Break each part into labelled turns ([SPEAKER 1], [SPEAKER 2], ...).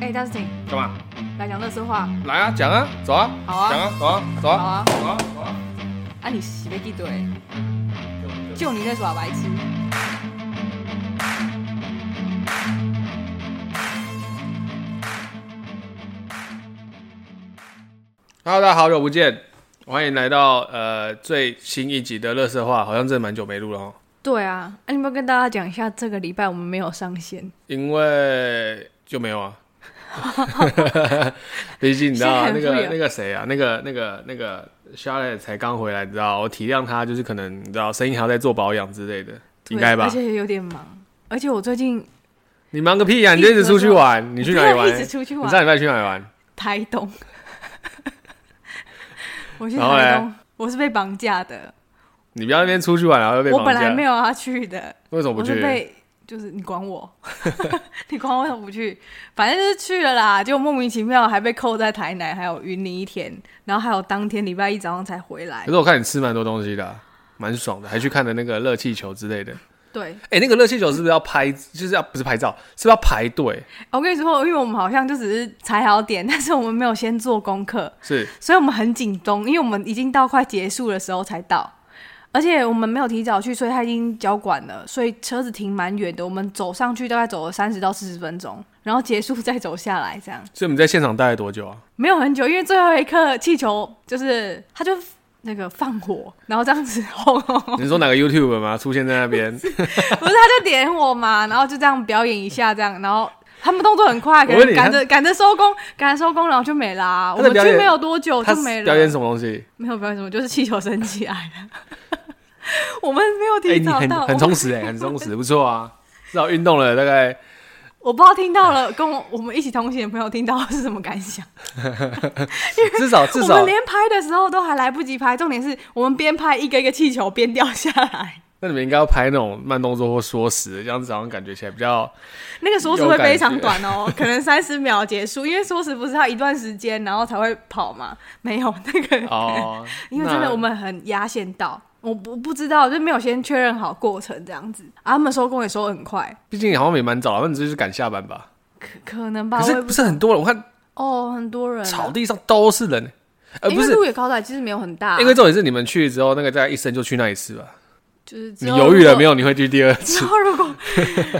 [SPEAKER 1] 哎，大师请
[SPEAKER 2] 干嘛？
[SPEAKER 1] 来讲乐色话，
[SPEAKER 2] 来啊，讲啊，走啊，
[SPEAKER 1] 好啊
[SPEAKER 2] 讲啊，走啊，走
[SPEAKER 1] 好
[SPEAKER 2] 啊，
[SPEAKER 1] 啊！
[SPEAKER 2] 走啊，走啊。
[SPEAKER 1] 啊，你洗被地怼，就你在耍白痴。
[SPEAKER 2] Hello，大家好久不见，欢迎来到呃最新一集的乐色话，好像真的蛮久没录了哦，
[SPEAKER 1] 对啊，啊，你要不要跟大家讲一下，这个礼拜我们没有上线，
[SPEAKER 2] 因为就没有啊。 毕竟你知道
[SPEAKER 1] 现在
[SPEAKER 2] 啊
[SPEAKER 1] 很
[SPEAKER 2] 那
[SPEAKER 1] 不
[SPEAKER 2] 个
[SPEAKER 1] 了
[SPEAKER 2] 那个谁啊，那个那个那个 Charlotte 才刚回来，你知道，啊我体谅他，就是可能你知道声音还要再做保养之类的，
[SPEAKER 1] 对
[SPEAKER 2] 应该吧
[SPEAKER 1] 而？且有点忙，而且我最近
[SPEAKER 2] 你忙个屁啊呀、你就一直出去玩，你去哪里玩？
[SPEAKER 1] 啊一直
[SPEAKER 2] 你
[SPEAKER 1] 出去
[SPEAKER 2] 上
[SPEAKER 1] 玩，
[SPEAKER 2] 礼拜去哪里玩？
[SPEAKER 1] 台 东。我去
[SPEAKER 2] 然后嘞
[SPEAKER 1] 台东，我是被绑架的，
[SPEAKER 2] 你不要那边出去玩，然后又被
[SPEAKER 1] 我
[SPEAKER 2] 绑
[SPEAKER 1] 本来
[SPEAKER 2] 架
[SPEAKER 1] 没。有要去的，
[SPEAKER 2] 为什么不
[SPEAKER 1] 我
[SPEAKER 2] 去
[SPEAKER 1] 是？被就是你管我， 你管我为什么不去？反正就是去了啦，就莫名其妙还被扣在台南，还有云林一天，然后还有当天礼拜一早上才回来
[SPEAKER 2] 可。是我看你吃蛮多东西的啊、蛮爽的，还去看了那个热气球之类的。
[SPEAKER 1] 对，
[SPEAKER 2] 哎、那个热气球是不是要拍？就是要不是拍照，是不是要排队？
[SPEAKER 1] 我跟你说，因为我们好像就只是踩好点， 但是我们没有先做功课，
[SPEAKER 2] 是
[SPEAKER 1] 所以我们很紧张，因为我们已经到快结束的时候才到，而且我们没有提早去，所以他已经交管了，所以车子停蛮远的，我们走上去大概走了三十到四十分钟，然后结束再走下来这样。
[SPEAKER 2] 所以我们在现场待了多久啊？
[SPEAKER 1] 没有很久，因为最后一刻气球就是它就那个放火，然后这样子 轰轰轰，
[SPEAKER 2] 你是说哪个 YouTube 吗？出现在那边，
[SPEAKER 1] 不是它就点火嘛，然后就这样表演一下这样，然后他们动作很快，
[SPEAKER 2] 我
[SPEAKER 1] 赶
[SPEAKER 2] 问你
[SPEAKER 1] 赶着赶着收工，赶着收工，然后就没啦、我
[SPEAKER 2] 他的
[SPEAKER 1] 们
[SPEAKER 2] 表演
[SPEAKER 1] 去没有多久
[SPEAKER 2] 他
[SPEAKER 1] 就没了。
[SPEAKER 2] 表演什么 东西？
[SPEAKER 1] 没有表演什么，就是气球升起来了。 我们没有
[SPEAKER 2] 哎、
[SPEAKER 1] 提
[SPEAKER 2] 你
[SPEAKER 1] 早
[SPEAKER 2] 很
[SPEAKER 1] 到，
[SPEAKER 2] 很
[SPEAKER 1] 我
[SPEAKER 2] 充实哎、很充实，不错啊。至少运动了 大概，
[SPEAKER 1] 我不知道听到了，跟我我们一起同行的朋友听到是什么感想。
[SPEAKER 2] 至少至
[SPEAKER 1] 我
[SPEAKER 2] 少
[SPEAKER 1] 们，连拍的时候都还来不及拍，重点是我们边拍一个一个气球边掉下来。
[SPEAKER 2] 那你们应该要拍那种慢动作或缩时，这样子好像感觉起来比 较
[SPEAKER 1] 那个缩时会非常短哦， 可能三十秒结束，因为缩时不是要一段时间然后才会跑嘛？没有那个，。
[SPEAKER 2] 哦
[SPEAKER 1] 因为真的
[SPEAKER 2] 那
[SPEAKER 1] 我们很压线到，我不不知道，就没有先确认好过程这样子。啊，他们收工也收很快，
[SPEAKER 2] 毕竟好像也蛮早，那你就是赶下班吧？
[SPEAKER 1] 可可能吧？
[SPEAKER 2] 可
[SPEAKER 1] 啊我也
[SPEAKER 2] 是
[SPEAKER 1] 不
[SPEAKER 2] 不是很多人，我看
[SPEAKER 1] 哦，很多人啊
[SPEAKER 2] 草地上都是人，呃，
[SPEAKER 1] 因
[SPEAKER 2] 不
[SPEAKER 1] 为
[SPEAKER 2] 是，
[SPEAKER 1] 路也高台其实没有很大，
[SPEAKER 2] 因为重点是你们去之后，那个大概一生就去那一次吧。
[SPEAKER 1] 就是之
[SPEAKER 2] 你
[SPEAKER 1] 后
[SPEAKER 2] 犹豫了没
[SPEAKER 1] 有？
[SPEAKER 2] 有？你会去第二
[SPEAKER 1] 之
[SPEAKER 2] 次？
[SPEAKER 1] 后如 果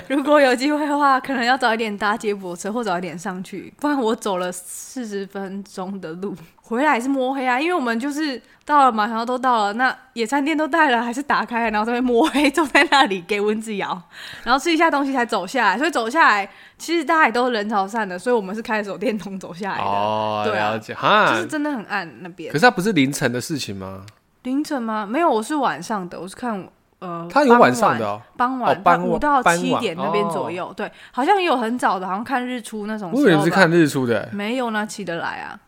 [SPEAKER 1] 如果有机会的话，可能要早一点搭接驳车或早一点上去，不然我走了四十分钟的路回来还是摸黑啊，因为我们就是到了嘛，然后都到了，那野餐垫都带了，还是打开了，然后这边摸黑坐在那里给蚊子咬，然后吃一下东西才走下来，所以走下来其实大家也都是人潮散的，所以我们是开着手电筒走 下来的，
[SPEAKER 2] 哦，
[SPEAKER 1] 对啊
[SPEAKER 2] 了解哈
[SPEAKER 1] 就。是真嗯的很暗那边
[SPEAKER 2] 可。是它不是凌晨的事情吗？
[SPEAKER 1] 凌晨吗？没有，我是晚上的，我是看呃，
[SPEAKER 2] 它有晚上的哦。
[SPEAKER 1] 傍晚，
[SPEAKER 2] 哦
[SPEAKER 1] 傍
[SPEAKER 2] 傍
[SPEAKER 1] 晚
[SPEAKER 2] 晚
[SPEAKER 1] 五到
[SPEAKER 2] 傍
[SPEAKER 1] 七
[SPEAKER 2] 晚哦
[SPEAKER 1] 点那边左右，对，好像也有很早的，好像看日出那种时
[SPEAKER 2] 我
[SPEAKER 1] 候
[SPEAKER 2] 以
[SPEAKER 1] 吧。
[SPEAKER 2] 为是看日出的。欸
[SPEAKER 1] 没有呢，起得来啊，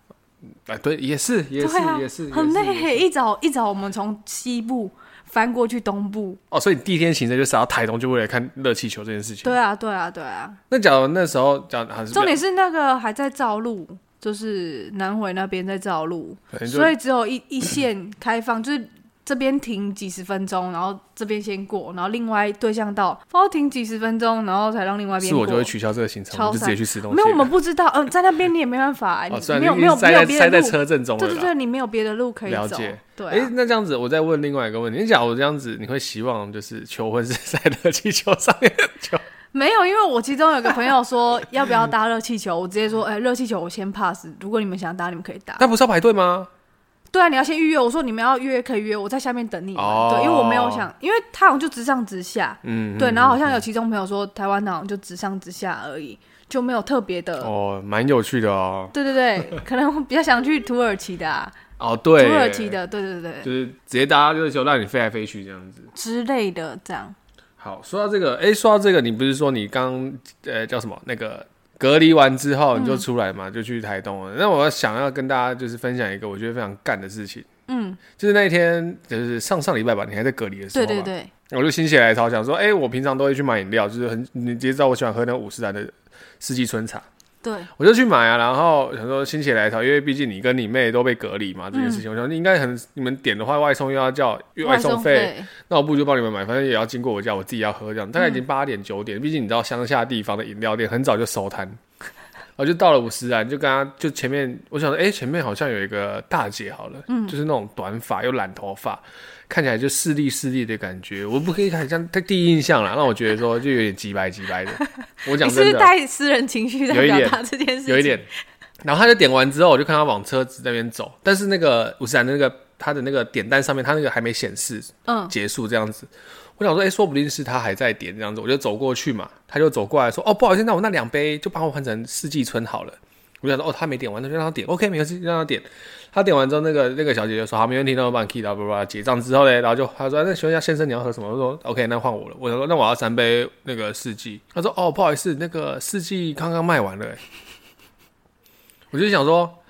[SPEAKER 2] 哎，对，也是， 也是
[SPEAKER 1] 对啊，，
[SPEAKER 2] 也是，
[SPEAKER 1] 很
[SPEAKER 2] 也是
[SPEAKER 1] 累。一早一早，我们从西部翻过去东部，
[SPEAKER 2] 哦，所以你第一天行程就杀到台东，就为了看热气球这件事情。
[SPEAKER 1] 对啊，对啊，对啊。
[SPEAKER 2] 那假如那时候假如还是
[SPEAKER 1] 重点是那个还在造路，就是南回那边在造路，
[SPEAKER 2] 可能就
[SPEAKER 1] 所以只有一一线开放，就是这边停几十分钟，然后这边先过，然后另外对向道不知道停几十分钟，然后才让另外一边
[SPEAKER 2] 是
[SPEAKER 1] 过。
[SPEAKER 2] 我就会取消这个行程，
[SPEAKER 1] 超
[SPEAKER 2] 我就直接去吃东西了。
[SPEAKER 1] 没有，我们不知道，嗯、在那边你也没办法、
[SPEAKER 2] 哦，
[SPEAKER 1] 你
[SPEAKER 2] 虽然
[SPEAKER 1] 没有
[SPEAKER 2] 你
[SPEAKER 1] 没有没
[SPEAKER 2] 塞
[SPEAKER 1] 有
[SPEAKER 2] 在
[SPEAKER 1] 别
[SPEAKER 2] 塞
[SPEAKER 1] 的
[SPEAKER 2] 在
[SPEAKER 1] 路，
[SPEAKER 2] 车阵中了
[SPEAKER 1] 对对
[SPEAKER 2] 啦。
[SPEAKER 1] 对，啊你没有别的路可以
[SPEAKER 2] 了
[SPEAKER 1] 走
[SPEAKER 2] 解，
[SPEAKER 1] 对、
[SPEAKER 2] 哎、
[SPEAKER 1] 啊。
[SPEAKER 2] 那这样子，我再问另外一个问题，你假如这样子，你会希望就是求婚是 在热气球上面的球？
[SPEAKER 1] 没有，因为我其中有个朋友说要不要搭热气球，我直接说，哎、热气球我先 pass，如果你们想搭，你们可以搭。
[SPEAKER 2] 那不是要排队吗？
[SPEAKER 1] 对啊，你要先预约。我说你们要约可以约，我在下面等你们。
[SPEAKER 2] 哦
[SPEAKER 1] 对，因为我没有想，因为他好像就直上直下，
[SPEAKER 2] 嗯，
[SPEAKER 1] 对，然后好像有其中朋友说台湾的好像就直上直下而已，就没有特别的。
[SPEAKER 2] 哦，蛮有趣的哦。
[SPEAKER 1] 对对对，可能我比较想去土耳其的、啊，
[SPEAKER 2] 哦，
[SPEAKER 1] 土
[SPEAKER 2] 对，
[SPEAKER 1] 耳其的，对对对对
[SPEAKER 2] 就是直接搭热气球让你飞来飞去这样子。
[SPEAKER 1] 之类的这样。
[SPEAKER 2] 好，说到这个，哎、说到这个，你不是说你刚呃叫什么那个隔离完之后
[SPEAKER 1] 嗯
[SPEAKER 2] 你就出来嘛，就去台东了。那我要想要跟大家就是分享一个我觉得非常干的事情，
[SPEAKER 1] 嗯，
[SPEAKER 2] 就是那一天就是上上礼拜吧，你还在隔离的时候
[SPEAKER 1] 对
[SPEAKER 2] 嘛，
[SPEAKER 1] 对对，
[SPEAKER 2] 我就心血来潮想说，哎、我平常都会去买饮料，就是很你直接知道我喜欢喝那个五十兰的四季春茶，
[SPEAKER 1] 对，
[SPEAKER 2] 我就去买啊。然后想说心血来潮，因为毕竟你跟你妹都被隔离嘛，这件事情，我想应该很你们点的话，外送又要叫
[SPEAKER 1] 嗯外
[SPEAKER 2] 送
[SPEAKER 1] 送费嗯
[SPEAKER 2] 那我不如就帮你们买，反正也要经过我家，我自己要喝这样。大概已经八点九点，毕竟你知道乡下地方的饮料店很早就收摊，我就到了五十岚，就跟他就前面，我想说，哎、前面好像有一个大姐，好了，
[SPEAKER 1] 嗯
[SPEAKER 2] 就是那种短发又染头发，看起来就势利势利的感觉。我不可以看，像他第一印象啦，让我觉得说就有点急白急白的。我讲
[SPEAKER 1] 你是不
[SPEAKER 2] 真
[SPEAKER 1] 是
[SPEAKER 2] 的，
[SPEAKER 1] 带私人情绪在
[SPEAKER 2] 有一
[SPEAKER 1] 表
[SPEAKER 2] 点
[SPEAKER 1] 达这件事情？
[SPEAKER 2] 有一点。然后他就点完之后，我就看他往车子那边走，但是那个五十岚的那个他的那个点单上面，他那个还没显示
[SPEAKER 1] 嗯，
[SPEAKER 2] 结束这样子。我想说，哎、说不定是他还在点这样子，我就走过去嘛，他就走过来说，哦，不好意思，那我那两杯就帮我换成四季春好了。我就想说，哦，他没点完，那就让他点，OK，没关系，让他点。他点完之后，那个那个小姐就说，好，没问题，那我帮你 key 到，不不，结账之后嘞，然后就他说，那请问一下先生你要喝什么？我说，OK，那换哦我了。我想说，那我要三杯那个四季。他说，哦，不好意思，那个四季刚刚卖完了、欸。我就想说，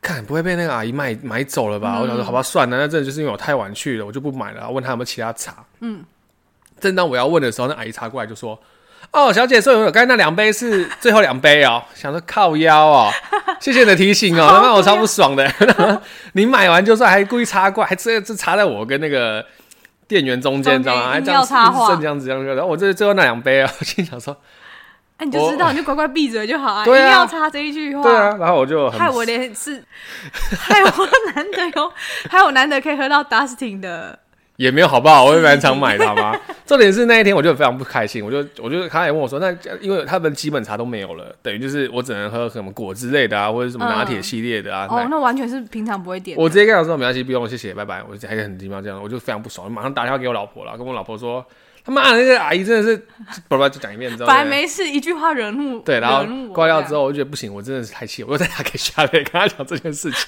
[SPEAKER 2] 看不会被那个阿姨买买走了
[SPEAKER 1] 嗯
[SPEAKER 2] 吧？我想说，好吧，算了，那真的就是因为我太晚去了，我就不买了。问她有没有其他茶。嗯，正当我要问的时候，那阿姨查过来就说：“哦，小姐，所以我刚才那两 杯是最后两杯哦。”想说靠腰哦，谢谢你的提醒哦，
[SPEAKER 1] 好
[SPEAKER 2] 那让我超不爽的。 你买完就算，还故意插过来，还这这插在我跟那个店员中
[SPEAKER 1] 中间
[SPEAKER 2] 间，你知道吗？还
[SPEAKER 1] 硬
[SPEAKER 2] 这样
[SPEAKER 1] 要插话
[SPEAKER 2] 一直这样子这样子，然后我这是最后那两杯啊，我 心想说，
[SPEAKER 1] 哎、你就知道，你就乖乖闭嘴就好啊！一定
[SPEAKER 2] 对啊
[SPEAKER 1] 要插这一句话，
[SPEAKER 2] 对啊，然后我就很
[SPEAKER 1] 害我连是， 害我难得有， 害我难得可以喝到 Dustin 的，
[SPEAKER 2] 也没有好不好，我也蛮常买的，好吗？重点是那一天我就非常不开心，我就我就他也问我说，那因为他们基本茶都没有了，等于就是我只能喝什么果汁类的啊，或者什么拿铁系列的啊。
[SPEAKER 1] 嗯哦，
[SPEAKER 2] 奶
[SPEAKER 1] 那完全是平常不会点的。
[SPEAKER 2] 我直接跟他说没关系，不用，谢谢，拜拜。我还是很礼貌这样，我就非常不爽，马上打电话给我老婆了，跟我老婆说，他妈的那个阿姨真的是， 叭叭就讲一遍，你知道
[SPEAKER 1] 本来
[SPEAKER 2] 吗？
[SPEAKER 1] 没事，一句话惹怒，
[SPEAKER 2] 对，然
[SPEAKER 1] 惹怒
[SPEAKER 2] 后
[SPEAKER 1] 我
[SPEAKER 2] 挂掉之
[SPEAKER 1] 这样，
[SPEAKER 2] 后，我就觉得不行，我真的是太气了，我又再打给夏磊，跟他讲这件事情，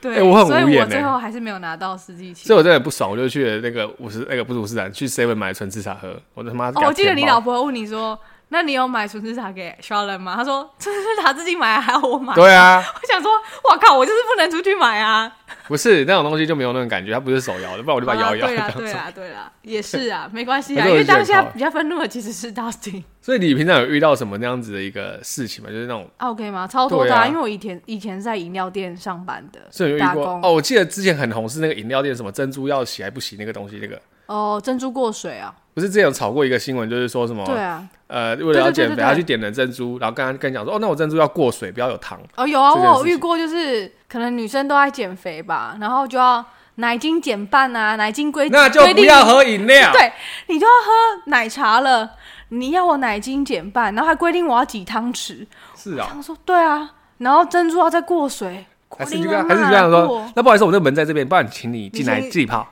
[SPEAKER 1] 对，
[SPEAKER 2] 哎我很无
[SPEAKER 1] 所以我
[SPEAKER 2] 言
[SPEAKER 1] 最
[SPEAKER 2] 欸
[SPEAKER 1] 后还是没有拿到司机器
[SPEAKER 2] 所以。我真的很不爽，我就去了那个五十那个不是五十岚，去 seven 买纯喫茶喝，我他妈给
[SPEAKER 1] 哦，
[SPEAKER 2] 他
[SPEAKER 1] 我记得
[SPEAKER 2] 舔
[SPEAKER 1] 你
[SPEAKER 2] 爆
[SPEAKER 1] 老婆问你说：“那你有买纯芝茶给 Sharon 吗？”他说：“纯芝茶自己买，还要我买。”
[SPEAKER 2] 对啊，
[SPEAKER 1] 我想说，哇靠，我就是不能出去买啊！
[SPEAKER 2] 不是那种东西就没有那种感觉，它不是手摇的，不然我就把它摇一摇。
[SPEAKER 1] 好啊啦对啦，对啦，对啦，也是啊，没关系
[SPEAKER 2] 可
[SPEAKER 1] 啊，
[SPEAKER 2] 是
[SPEAKER 1] 因
[SPEAKER 2] 我
[SPEAKER 1] 为
[SPEAKER 2] 就觉得
[SPEAKER 1] 当下
[SPEAKER 2] 很好
[SPEAKER 1] 比较愤怒的其实是 Dustin。
[SPEAKER 2] 所以你平常有遇到什么那样子的一个事情吗？就是那种，
[SPEAKER 1] 啊 OK 吗？超多的、
[SPEAKER 2] 对啊
[SPEAKER 1] 因为我以前以前在饮料店上班的
[SPEAKER 2] 所以有遇
[SPEAKER 1] 打
[SPEAKER 2] 过
[SPEAKER 1] 工
[SPEAKER 2] 哦。我记得之前很红是那个饮料店什么珍珠要洗还不洗那个东西，那个
[SPEAKER 1] 哦，珍珠过水啊，
[SPEAKER 2] 不是之前有炒过一个新闻，就是说什么
[SPEAKER 1] 对啊，
[SPEAKER 2] 呃，
[SPEAKER 1] 对
[SPEAKER 2] 为了要
[SPEAKER 1] 对对
[SPEAKER 2] 减
[SPEAKER 1] 对
[SPEAKER 2] 肥，
[SPEAKER 1] 对
[SPEAKER 2] 他去点了珍珠，然后跟他跟你讲说，哦，那我珍珠要过水，不要有糖。
[SPEAKER 1] 哦有啊，
[SPEAKER 2] 这件事
[SPEAKER 1] 我有
[SPEAKER 2] 情
[SPEAKER 1] 遇过，就是可能女生都在减肥吧，然后就要奶精减半啊，奶精规
[SPEAKER 2] 那就
[SPEAKER 1] 规
[SPEAKER 2] 不
[SPEAKER 1] 定
[SPEAKER 2] 要喝饮料。
[SPEAKER 1] 对你就要喝奶茶了，你要我奶精减半，然后还规定我要几汤匙。
[SPEAKER 2] 是
[SPEAKER 1] 我
[SPEAKER 2] 啊、
[SPEAKER 1] 想说对啊，然后珍珠要再过水，
[SPEAKER 2] 还是
[SPEAKER 1] 果
[SPEAKER 2] 你
[SPEAKER 1] 粒
[SPEAKER 2] 跟
[SPEAKER 1] 要
[SPEAKER 2] 还是你
[SPEAKER 1] 慢
[SPEAKER 2] 这样
[SPEAKER 1] 过
[SPEAKER 2] 说，那不好意思，我这个门在这边，不然请你进来
[SPEAKER 1] 你先
[SPEAKER 2] 自 己泡。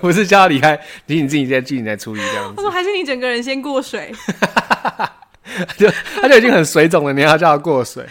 [SPEAKER 2] 不是叫他离开，请你自己再进来处理这样子
[SPEAKER 1] 我。说还是你整个人先过水，
[SPEAKER 2] 就他就已经很水肿了，你还要叫他过水，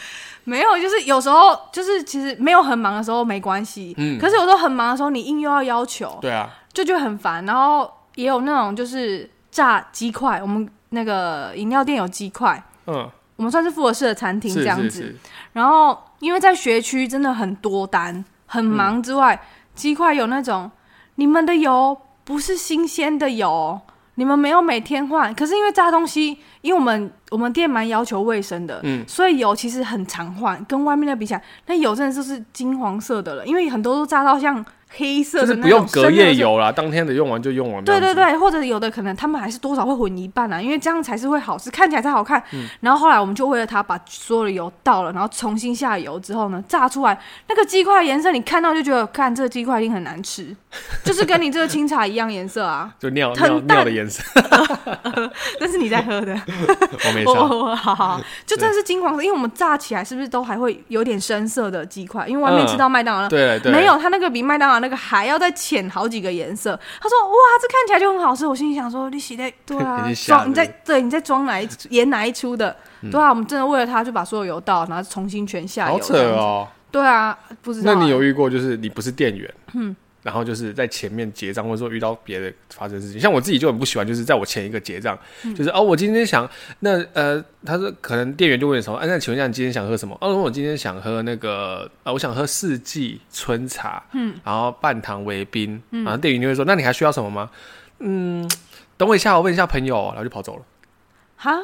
[SPEAKER 1] 没有，就是有时候就是其实没有很忙的时候没关系，
[SPEAKER 2] 嗯
[SPEAKER 1] 可是有时候很忙的时候你硬又要要求，
[SPEAKER 2] 对啊，
[SPEAKER 1] 就就很烦。然后也有那种就是炸鸡块，我们那个饮料店有鸡块，
[SPEAKER 2] 嗯，
[SPEAKER 1] 我们算是复合式的餐厅
[SPEAKER 2] 是
[SPEAKER 1] 这样子。
[SPEAKER 2] 是是，
[SPEAKER 1] 然后因为在学区真的很多单，很忙之
[SPEAKER 2] 嗯
[SPEAKER 1] 外，鸡块有那种你们的油不是新鲜的油，你们没有每天换。可是因为炸东西，因为我们我们店蛮要求卫生的，
[SPEAKER 2] 嗯
[SPEAKER 1] 所以油其实很常换，跟外面的比起来，那油真的就是金黄色的了，因为很多都炸到像黑色
[SPEAKER 2] 就
[SPEAKER 1] 的
[SPEAKER 2] 是
[SPEAKER 1] 那
[SPEAKER 2] 不用
[SPEAKER 1] 种
[SPEAKER 2] 隔
[SPEAKER 1] 深
[SPEAKER 2] 夜
[SPEAKER 1] 色。
[SPEAKER 2] 油啦，当天的用完就用完。
[SPEAKER 1] 对对
[SPEAKER 2] 这样子，
[SPEAKER 1] 对，或者有的可能他们还是多少会混一半啊，因为这样才是会好吃，看起来才好看。
[SPEAKER 2] 嗯
[SPEAKER 1] 然后后来我们就为了它把所有的油倒了，然后重新下油之后呢，炸出来那个鸡块的颜色，你看到就觉得，看这个鸡块一定很难 吃，就是跟你这个清茶一样颜色啊。
[SPEAKER 2] 就尿
[SPEAKER 1] 很
[SPEAKER 2] 尿
[SPEAKER 1] 淡
[SPEAKER 2] 尿的颜色，
[SPEAKER 1] 但是你在喝的，
[SPEAKER 2] 我 没 啊
[SPEAKER 1] 我
[SPEAKER 2] 上。
[SPEAKER 1] 我我好好，好就真的是金黄色，因为我们炸起来是不是都还会有点深色的鸡块？因为外面
[SPEAKER 2] 嗯
[SPEAKER 1] 吃到麦当劳。
[SPEAKER 2] 对对，
[SPEAKER 1] 没有，它那个比麦当劳那个还要再浅好几个颜色。他说：“哇，这看起来就很好吃。”我心里想说：“你洗的对啊
[SPEAKER 2] 已经，吓
[SPEAKER 1] 装
[SPEAKER 2] 人
[SPEAKER 1] 你在对你在装哪一出演哪一出的？对啊，我们真的为了它就把所有油倒，然后重新全下油。
[SPEAKER 2] 嗯好扯！哦。
[SPEAKER 1] 对啊，不知道
[SPEAKER 2] 那
[SPEAKER 1] 啊。
[SPEAKER 2] 你有遇过就是你不是店员，嗯，然后就是在前面结账，或者说遇到别的发生事情，像我自己就很不喜欢，就是在我前一个结账，
[SPEAKER 1] 嗯
[SPEAKER 2] 就是哦，我今天想那呃，他说可能店员就问你什么，哎、那请问一下你今天想喝什么？哦，我今天想喝那个啊、我想喝四季春茶，嗯，然后半糖微冰，嗯，然后店员就会说，那你还需要什么吗？嗯，等我一下，我问一下朋友，然后就跑走了。
[SPEAKER 1] 哈？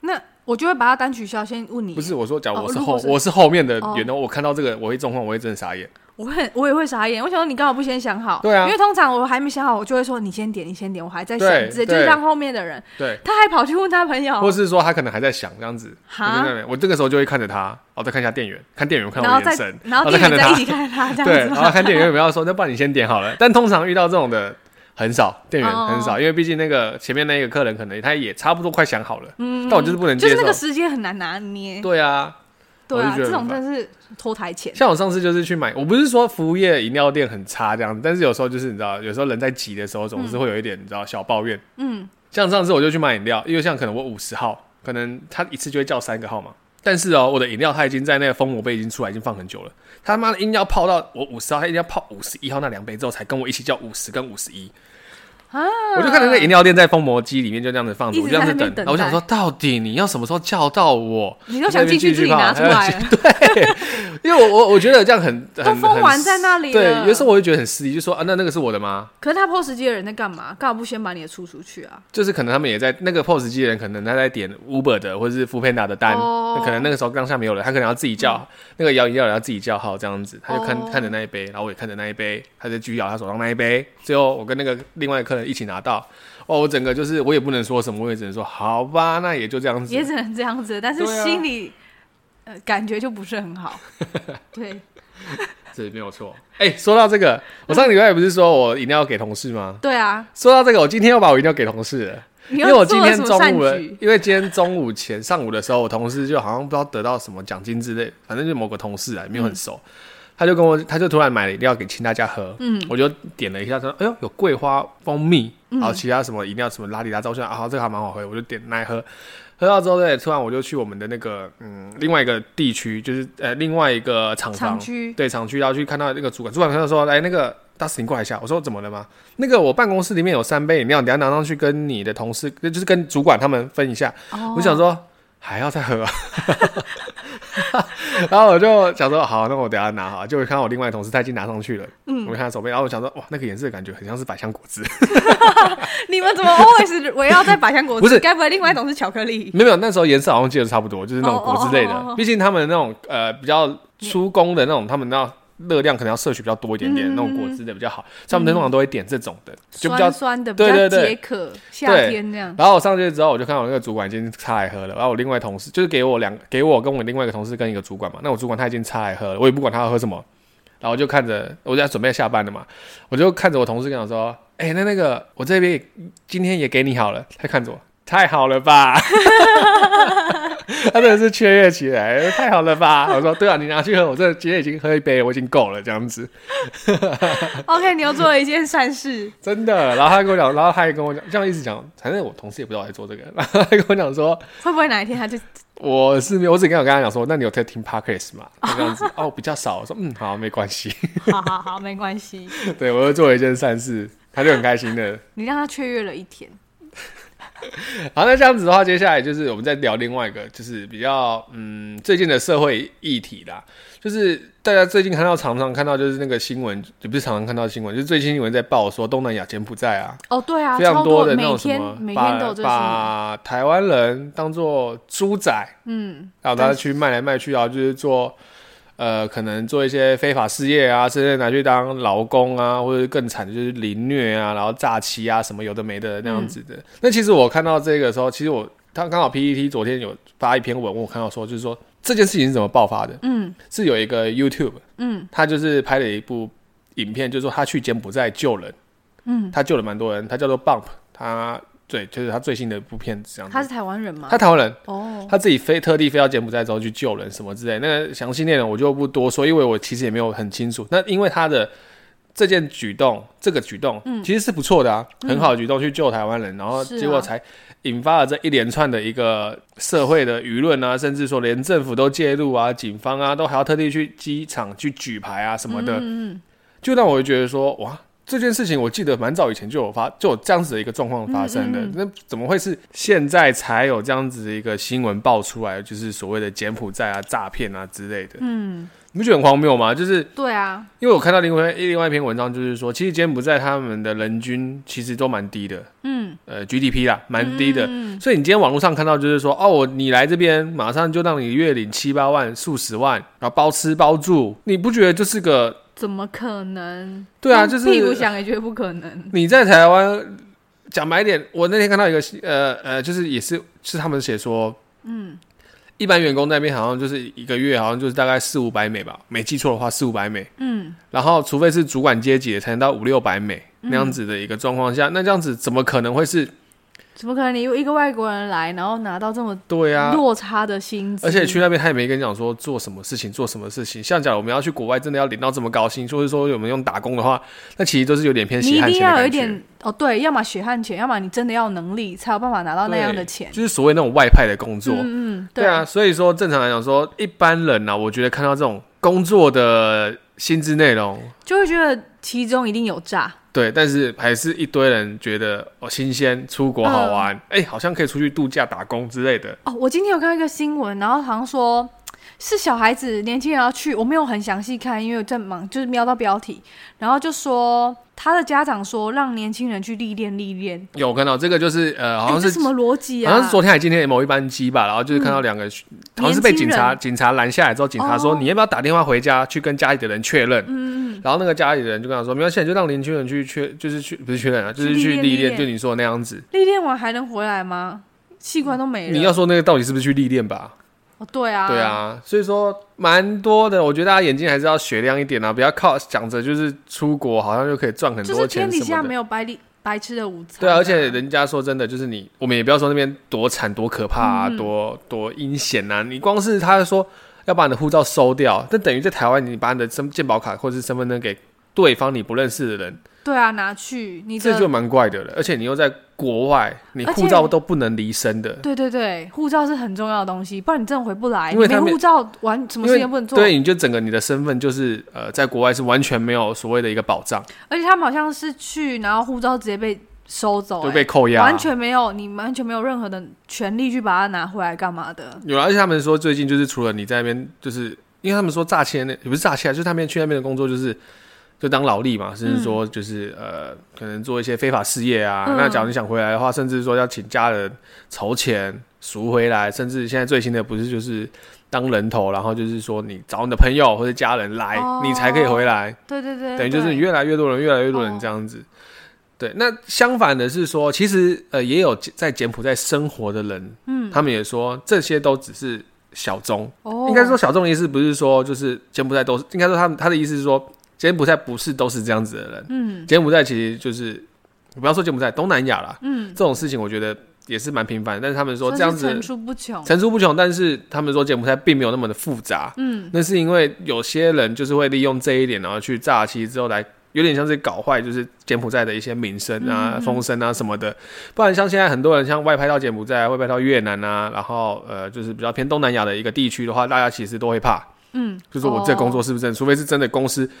[SPEAKER 1] 那我就会把它单取消，先问你。
[SPEAKER 2] 不是我说，假如
[SPEAKER 1] 哦
[SPEAKER 2] 我是
[SPEAKER 1] 如果
[SPEAKER 2] 后、
[SPEAKER 1] 是
[SPEAKER 2] 我是后面的
[SPEAKER 1] 哦
[SPEAKER 2] 员工，我看到这个我会中况，我会真的傻眼。
[SPEAKER 1] 我会很我也会傻眼，我想说你干嘛不先想好？
[SPEAKER 2] 对啊
[SPEAKER 1] 因为通常我还没想好，我就会说你先点，你先点，我还在想
[SPEAKER 2] 对，
[SPEAKER 1] 直接就
[SPEAKER 2] 对
[SPEAKER 1] 是让后面的人，
[SPEAKER 2] 对，
[SPEAKER 1] 他还跑去问他朋友，
[SPEAKER 2] 或是说他可能还在想这样子，我
[SPEAKER 1] 哦哈
[SPEAKER 2] 就在那里我这个时候就会看着他，哦，再看一下店员，看店员有看
[SPEAKER 1] 然
[SPEAKER 2] 我
[SPEAKER 1] 后
[SPEAKER 2] 的眼
[SPEAKER 1] 再
[SPEAKER 2] 神，
[SPEAKER 1] 然后
[SPEAKER 2] 再
[SPEAKER 1] 店
[SPEAKER 2] 看
[SPEAKER 1] 员
[SPEAKER 2] 着
[SPEAKER 1] 再一
[SPEAKER 2] 他
[SPEAKER 1] 起，看着他这
[SPEAKER 2] 对，哦
[SPEAKER 1] 样子
[SPEAKER 2] 然
[SPEAKER 1] 吗，
[SPEAKER 2] 后看店员有没有说，那不然你先点好了。但通常遇到这种的很少，店员
[SPEAKER 1] 哦
[SPEAKER 2] 很少，因为毕竟那个前面那个客人可能他也差不多快想好了，
[SPEAKER 1] 嗯
[SPEAKER 2] 但我 就是不能
[SPEAKER 1] 就是
[SPEAKER 2] 接受
[SPEAKER 1] 那个。时间很难拿捏，
[SPEAKER 2] 对啊，
[SPEAKER 1] 对啊，
[SPEAKER 2] 我就觉得
[SPEAKER 1] 这种
[SPEAKER 2] 很烦
[SPEAKER 1] 真的是拖台前，
[SPEAKER 2] 像我上次就是去买，我不是说服务业饮料店很差这样子，但是有时候就是你知道，有时候人在急的时候，总是会有一点、你知道小抱怨。
[SPEAKER 1] 嗯，
[SPEAKER 2] 像上次我就去买饮料，因为像可能我五十号，可能他一次就会叫三个号码，但是哦，我的饮料他已经在那个封膜杯已经出来，已经放很久了。他妈的硬要泡到我五十号，他一定要泡五十一号那两杯之后，才跟我一起叫五十跟五十一。
[SPEAKER 1] 啊，
[SPEAKER 2] 我就看着那个饮料店在封膜机里面就这样子放着，
[SPEAKER 1] 一
[SPEAKER 2] 我
[SPEAKER 1] 直
[SPEAKER 2] 就这样子
[SPEAKER 1] 在那
[SPEAKER 2] 等。
[SPEAKER 1] 边
[SPEAKER 2] 然后我想
[SPEAKER 1] 等待
[SPEAKER 2] 说，到底你要什么时候叫到我？
[SPEAKER 1] 你都想进去自己拿 出
[SPEAKER 2] 啊
[SPEAKER 1] 来了，
[SPEAKER 2] 因为我我我觉得这样很很
[SPEAKER 1] 都封完
[SPEAKER 2] 很
[SPEAKER 1] 在那里了，
[SPEAKER 2] 对，有的时候我会觉得很失礼，就说啊，那那个是我的吗？
[SPEAKER 1] 可是他 POS 机的人在干嘛？干嘛不先把你的出出去啊？
[SPEAKER 2] 就是可能他们也在那个 POS 机的人，可能他在点 Uber 的或者是 f o o Panda 的单，
[SPEAKER 1] 哦
[SPEAKER 2] 那可能那个时候当下没有了，他可能要自己叫、那个摇饮料人要自己叫号这样子，他就看、
[SPEAKER 1] 嗯哦
[SPEAKER 2] 看着那一杯，然后我也看着那一杯，他就继续摇他手上那一杯，最后我跟那个另外的客人一起拿到，哦，我整个就是我也不能说什么，我也只能说好吧，那也就这样子
[SPEAKER 1] 也，只能这样子，但是
[SPEAKER 2] 对啊
[SPEAKER 1] 心里、呃感觉就不是很 好。对
[SPEAKER 2] 这没有错。哎、说到这个，我上个礼拜不是说我饮料给同事吗？
[SPEAKER 1] 对啊，
[SPEAKER 2] 说到这个，我今天又把我饮料给同事了。
[SPEAKER 1] 你
[SPEAKER 2] 因为我
[SPEAKER 1] 又
[SPEAKER 2] 今
[SPEAKER 1] 做了
[SPEAKER 2] 天
[SPEAKER 1] 什么
[SPEAKER 2] 中
[SPEAKER 1] 善
[SPEAKER 2] 午的，
[SPEAKER 1] 举？
[SPEAKER 2] 因为今天中午前上午的时候，我同事就好像不知道得到什么奖金之类，反正就某个同事啊，也没
[SPEAKER 1] 嗯
[SPEAKER 2] 有很熟，他就跟我，他就突然买了饮料给请大家喝，嗯，我就点了一下，他说，哎呦，有桂花蜂蜜，
[SPEAKER 1] 嗯
[SPEAKER 2] 然后其他什么饮料什么拉里拉照相啊，这个还蛮好喝，我就点来喝。喝到之后，对，突然我就去我们的那个，嗯，另外一个地区，就是呃，另外一个厂
[SPEAKER 1] 厂
[SPEAKER 2] 房，
[SPEAKER 1] 区
[SPEAKER 2] 对厂区，然后去看到那个主管，主管他就说：“哎来，那个大师，你过来一下。”我说：“怎么了吗？”那个我办公室里面有三杯饮料，你要拿上去跟你的同事，就是跟主管他们分一下。
[SPEAKER 1] 哦
[SPEAKER 2] 我想说还要再喝、啊， 然后我就想说好，那我等一下拿好。就看到我另外的同事他已经拿上去了，嗯，我看他手背，然后我想说哇，那个颜色感觉很像是百香果汁，
[SPEAKER 1] 你们怎 么 always 围绕在百香果汁？
[SPEAKER 2] 不是
[SPEAKER 1] 该不会另外一种是巧克力？
[SPEAKER 2] 没有，那时候颜色好像记得差不多，就是那种
[SPEAKER 1] 哦哦
[SPEAKER 2] 果汁类的。
[SPEAKER 1] 哦哦哦
[SPEAKER 2] 毕竟他们那种呃比较出工的那种，他们那热量可能要摄取比较多一点点，
[SPEAKER 1] 嗯
[SPEAKER 2] 那种果汁的比较好，所以他们通常都会点这种的，就比较
[SPEAKER 1] 酸。酸的，比
[SPEAKER 2] 对
[SPEAKER 1] 较
[SPEAKER 2] 对对
[SPEAKER 1] 解渴，夏
[SPEAKER 2] 对
[SPEAKER 1] 天这样。
[SPEAKER 2] 然后我上去之后，我就看到我那个主管已经擦来喝了，然后我另外同事就是给我两给我跟我另外一个同事跟一个主管嘛，那我主管他已经擦来喝了，我也不管他要喝什么，然后我就看着我在准备下班了嘛，我就看着我同事跟我说，哎、那那个我这边也今天也给你好了，他看着我，太好了吧。他真的是雀跃起来，太好了吧？我说对啊，你拿去喝，我这今天已经喝一杯，我已经够了，这样子，
[SPEAKER 1] OK，你又做了一件善事，
[SPEAKER 2] 真的。然后他跟我讲，然后他也跟我讲，这样一直讲，反正我同事也不知道我在做这个，然后他跟我讲说，
[SPEAKER 1] 会不会哪一天他就
[SPEAKER 2] 我是没有，我只跟我跟他讲说，那你有在听 podcast 吗？他这样子，哦，比较少。我说嗯，好，没关系。
[SPEAKER 1] 好好好，没关系，
[SPEAKER 2] 对我又做了一件善事，他就很开心的。
[SPEAKER 1] 你让他雀跃了一天。
[SPEAKER 2] 好，那这样子的话，接下来就是我们再聊另外一个，就是比较嗯最近的社会议题啦，就是大家最近看到常常看到就是那个新闻，也不是常常看到新闻，就是最近新闻在报说东南亚柬埔寨啊，
[SPEAKER 1] 哦，对啊，
[SPEAKER 2] 非常
[SPEAKER 1] 超多
[SPEAKER 2] 的那
[SPEAKER 1] 每
[SPEAKER 2] 种什
[SPEAKER 1] 天
[SPEAKER 2] 么
[SPEAKER 1] 每
[SPEAKER 2] 把
[SPEAKER 1] 天都有这个新闻。
[SPEAKER 2] 把台湾人当做猪仔，
[SPEAKER 1] 嗯，
[SPEAKER 2] 然后
[SPEAKER 1] 但
[SPEAKER 2] 他
[SPEAKER 1] 是
[SPEAKER 2] 去卖来卖去，然后就是做。呃，可能做一些非法事业啊，甚至拿去当劳工啊，或者更惨的就是凌虐啊，然后诈欺啊，什么有的没的那样子的。那其实我看到这个时候，其实我他刚好 PPT 昨天有发一篇文，我看到说就是说这件事情是怎么爆发的，
[SPEAKER 1] 嗯
[SPEAKER 2] 是有一个 YouTube，
[SPEAKER 1] 嗯，
[SPEAKER 2] 他就是拍了一部影片，就是说他去柬埔寨救人，
[SPEAKER 1] 嗯，
[SPEAKER 2] 他救了蛮多人，他叫做 Bump，他对，就是他最新的一部片子这样子。
[SPEAKER 1] 他是台湾人吗
[SPEAKER 2] 他？台湾人，
[SPEAKER 1] 哦，
[SPEAKER 2] 他自己飞特地飞到柬埔寨之后去救人什么之类，那个详细内容我就不多说，因为我其实也没有很清楚。那因为他的这件举动，这个举动、其实是不错的啊，很好的举动去救台湾人，然后
[SPEAKER 1] 是啊
[SPEAKER 2] 结果才引发了这一连串的一个社会的舆论啊，甚至说连政府都介入啊，警方啊都还要特地去机场去举牌啊什么的，
[SPEAKER 1] 嗯嗯
[SPEAKER 2] 就让我觉得说哇。这件事情我记得蛮早以前就有发，就有这样子的一个状况发生的。
[SPEAKER 1] 嗯嗯
[SPEAKER 2] 那怎么会是现在才有这样子的一个新闻爆出来？就是所谓的柬埔寨啊、诈骗啊之类的，
[SPEAKER 1] 嗯，
[SPEAKER 2] 你不觉得很荒谬吗？就是
[SPEAKER 1] 对啊，
[SPEAKER 2] 因为我看到另外另外一篇文章，就是说，其实柬埔寨他们的人均其实都蛮低的，
[SPEAKER 1] 嗯，
[SPEAKER 2] 呃，GDP 啦，蛮低的。
[SPEAKER 1] 嗯
[SPEAKER 2] 所以你今天网络上看到就是说，哦，我你来这边马上就让你月领七八万、数十万，然后包吃包住，你不觉得就是个
[SPEAKER 1] 怎么可能？
[SPEAKER 2] 对啊，
[SPEAKER 1] 用
[SPEAKER 2] 就是
[SPEAKER 1] 屁股想也觉得不可能。
[SPEAKER 2] 你在台湾讲白一点，我那天看到一个呃呃，就是也是是他们写说，嗯，一般员工那边好像就是一个月好像就是大概四五百美吧，没记错的话四五百美，
[SPEAKER 1] 嗯，
[SPEAKER 2] 然后除非是主管阶级的才能到五六百美那样子的一个状况下，那这样子怎么可能会是
[SPEAKER 1] 怎么可能？你一个外国人来，然后拿到这么
[SPEAKER 2] 对啊？
[SPEAKER 1] 落差的薪资，
[SPEAKER 2] 而且去那边他也没跟你讲说做什么事情做什么事情，像假如我们要去国外真的要领到这么高薪，就是说我们用打工的话，那其实都是有点偏
[SPEAKER 1] 你
[SPEAKER 2] 血
[SPEAKER 1] 一
[SPEAKER 2] 汗
[SPEAKER 1] 定
[SPEAKER 2] 钱的
[SPEAKER 1] 要有一
[SPEAKER 2] 感觉。
[SPEAKER 1] 点哦，对，要么血汗钱，要么你真的要有能力才有办法拿到哦那样的钱。
[SPEAKER 2] 就是所谓那种外派的工作，
[SPEAKER 1] 嗯嗯，
[SPEAKER 2] 哦对啊，，所以说正常来讲说，一般人啊，我觉得看到这种工作的薪资内容，
[SPEAKER 1] 就会觉得其中一定有诈。
[SPEAKER 2] 对，但是还是一堆人觉得哦新鲜，出国好
[SPEAKER 1] 嗯
[SPEAKER 2] 玩，哎、好像可以出去度假、打工之类的。
[SPEAKER 1] 哦，我今天有看到一个新闻，然后好像说是小孩子、年轻人要去，我没有很详细看，因为我在忙，就是瞄到标题，然后就说他的家长说让年轻人去历练历练，
[SPEAKER 2] 有我看到这个就是呃，好像
[SPEAKER 1] 哎这
[SPEAKER 2] 是、
[SPEAKER 1] 什么逻辑啊？
[SPEAKER 2] 好像是昨天还今天某一班机吧，然后就是看到两个，好像是被警察警察拦下来之后，警察说、
[SPEAKER 1] 哦
[SPEAKER 2] 你要不要打电话回家去跟家里的人确认？嗯，然后那个家里的人就跟他说没关系，你就让年轻人去确，就是去不是确认啊，就是
[SPEAKER 1] 去
[SPEAKER 2] 去
[SPEAKER 1] 历练
[SPEAKER 2] 历
[SPEAKER 1] 历
[SPEAKER 2] 练，
[SPEAKER 1] 练
[SPEAKER 2] 就你说的那样子。
[SPEAKER 1] 历练完还能回来吗？器官都没了。
[SPEAKER 2] 你要说那个到底是不是去历练吧？
[SPEAKER 1] 哦，对啊，
[SPEAKER 2] 对，啊，所以说蛮多的，我觉得大家眼睛还是要雪亮一点啊，不要靠想着就是出国好像就可以赚很
[SPEAKER 1] 就是
[SPEAKER 2] 多
[SPEAKER 1] 天
[SPEAKER 2] 钱
[SPEAKER 1] 底
[SPEAKER 2] 什
[SPEAKER 1] 下
[SPEAKER 2] 么
[SPEAKER 1] 没
[SPEAKER 2] 的。
[SPEAKER 1] 有白里白吃的午餐、
[SPEAKER 2] 对啊，而且人家说真的，就是你，我们也不要说那边多惨多可怕
[SPEAKER 1] 嗯
[SPEAKER 2] 啊，多多阴险啊。你光是他说要把你的护照收掉，那等于在台湾你把你的身健保卡或者是身份证给对方你不认识的人，
[SPEAKER 1] 对啊，拿去你
[SPEAKER 2] 这就
[SPEAKER 1] 的。
[SPEAKER 2] 蛮怪的了。而且你又在国外，你
[SPEAKER 1] 而且
[SPEAKER 2] 护照都不能离身的，
[SPEAKER 1] 对对对，护照是很重要的东西，不然你真的回不来。
[SPEAKER 2] 因为
[SPEAKER 1] 你
[SPEAKER 2] 他
[SPEAKER 1] 没
[SPEAKER 2] 没
[SPEAKER 1] 护照，完什么
[SPEAKER 2] 因
[SPEAKER 1] 事
[SPEAKER 2] 为
[SPEAKER 1] 情都不能做。
[SPEAKER 2] 对，你就整个你的身份就是呃，在国外是完全没有所谓的一个保障，
[SPEAKER 1] 而且他们好像是去，然后护照直接被收走、
[SPEAKER 2] 就
[SPEAKER 1] 哎
[SPEAKER 2] 被扣押。
[SPEAKER 1] 完全没有，你完全没有任何的权利去把它拿回来干嘛的。
[SPEAKER 2] 有啊，而且他们说最近就是除了你在那边，就是因为他们说诈欺的那也不是诈欺啊，就是他们去那边的工作就是就当劳力嘛，甚至说就是、呃可能做一些非法事业啊。
[SPEAKER 1] 嗯
[SPEAKER 2] 那假如你想回来的话，甚至说要请家人筹钱赎回来，甚至现在最新的不是就是当人头，然后就是说你找你的朋友或者家人来，
[SPEAKER 1] 哦
[SPEAKER 2] 你才可以回来。
[SPEAKER 1] 对对对，
[SPEAKER 2] 等于就是
[SPEAKER 1] 对哦
[SPEAKER 2] 你越来越多人，越来越多人这样子。对，那相反的是说，其实呃，也有在柬埔寨生活的人，嗯，他们也说这些都只是小众。
[SPEAKER 1] 哦，
[SPEAKER 2] 应该说小众的意思不是说就是柬埔寨都是，应该说他们他的意思是说柬埔寨不是都是这样子的人。
[SPEAKER 1] 嗯
[SPEAKER 2] 柬埔寨其实就是不要说柬埔寨，东南亚啦，
[SPEAKER 1] 嗯，
[SPEAKER 2] 这种事情我觉得也是蛮频繁的。但是他们说
[SPEAKER 1] 算
[SPEAKER 2] 这
[SPEAKER 1] 是
[SPEAKER 2] 样子
[SPEAKER 1] 层出不穷。
[SPEAKER 2] 层出不穷，但是他们说柬埔寨并没有那么的复杂。
[SPEAKER 1] 嗯，
[SPEAKER 2] 那是因为有些人就是会利用这一点，然后去诈欺之后来，有点像是搞坏，就是柬埔寨的一些民生啊、
[SPEAKER 1] 嗯
[SPEAKER 2] 风声啊什么的。不然像现在很多人像外派到柬埔寨、外派到越南啊，然后呃，就是比较偏东南亚的一个地区的话，大家其实都会怕，
[SPEAKER 1] 嗯，
[SPEAKER 2] 就是我这工作
[SPEAKER 1] 哦，
[SPEAKER 2] 是不是真的？除非是真的公司，呃